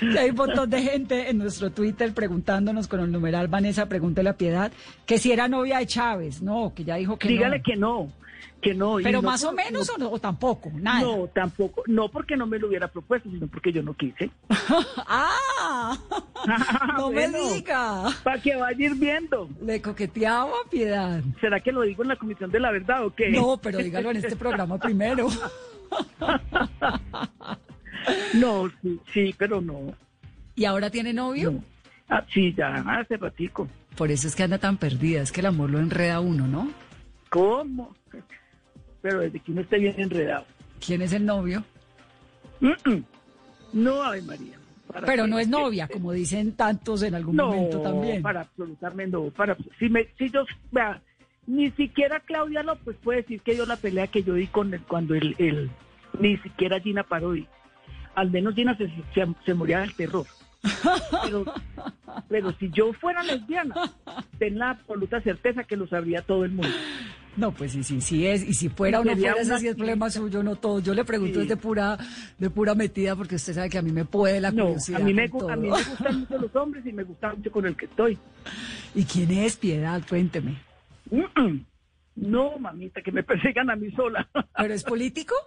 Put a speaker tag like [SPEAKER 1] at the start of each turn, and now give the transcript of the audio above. [SPEAKER 1] Y hay fotos de gente en nuestro Twitter preguntándonos con el numeral Vanessa Pregúntele a Piedad que si era novia de Chávez. No, que ya dijo que
[SPEAKER 2] Dígale
[SPEAKER 1] no.
[SPEAKER 2] que no, que no. y
[SPEAKER 1] Pero
[SPEAKER 2] no-
[SPEAKER 1] más o menos o, no, o tampoco, nada.
[SPEAKER 2] No, tampoco, no porque no me lo hubiera propuesto, sino porque yo no quise.
[SPEAKER 1] ¡Ah! no
[SPEAKER 2] Bueno.
[SPEAKER 1] me diga.
[SPEAKER 2] Para que vaya ir viendo.
[SPEAKER 1] Le coqueteaba a Piedad.
[SPEAKER 2] ¿Será que lo digo en la Comisión de la Verdad o qué?
[SPEAKER 1] No, pero dígalo en este programa primero.
[SPEAKER 2] No, sí, sí, pero no.
[SPEAKER 1] ¿Y ahora tiene novio?
[SPEAKER 2] no. Ah, sí, ya, hace ratico.
[SPEAKER 1] Por eso es que anda tan perdida, es que el amor lo enreda a uno, ¿no?
[SPEAKER 2] ¿Cómo? Pero desde que uno esté bien enredado.
[SPEAKER 1] ¿Quién es el novio?
[SPEAKER 2] Mm-mm. No, Ave María. ¿para
[SPEAKER 1] Pero
[SPEAKER 2] qué?
[SPEAKER 1] no es novia, como dicen tantos en algún
[SPEAKER 2] No,
[SPEAKER 1] momento también.
[SPEAKER 2] para absolutamente no. Para, si, me, si yo, vea, ni siquiera Claudia López pues puede decir que yo la pelea que yo di con el, cuando el, el- ni siquiera Gina Parodi. Al menos Gina se, se, se moría del terror. Pero, pero si yo fuera lesbiana, ten la absoluta certeza que lo sabría todo el mundo.
[SPEAKER 1] No, pues sí, sí, sí es. Y si fuera o no
[SPEAKER 2] Sería
[SPEAKER 1] fuera, ese
[SPEAKER 2] una
[SPEAKER 1] sí es problema suyo, no todo. Yo le pregunto
[SPEAKER 2] Sí.
[SPEAKER 1] es de pura, de pura metida, porque usted sabe que a mí me puede la
[SPEAKER 2] No,
[SPEAKER 1] curiosidad.
[SPEAKER 2] a mí, me,
[SPEAKER 1] con
[SPEAKER 2] gu- a
[SPEAKER 1] todo.
[SPEAKER 2] mí me gustan mucho los hombres y me gusta mucho con el que estoy.
[SPEAKER 1] ¿Y quién es Piedad? Cuénteme.
[SPEAKER 2] Mm-mm. No, mamita, que me persigan a mí sola.
[SPEAKER 1] ¿Pero es político?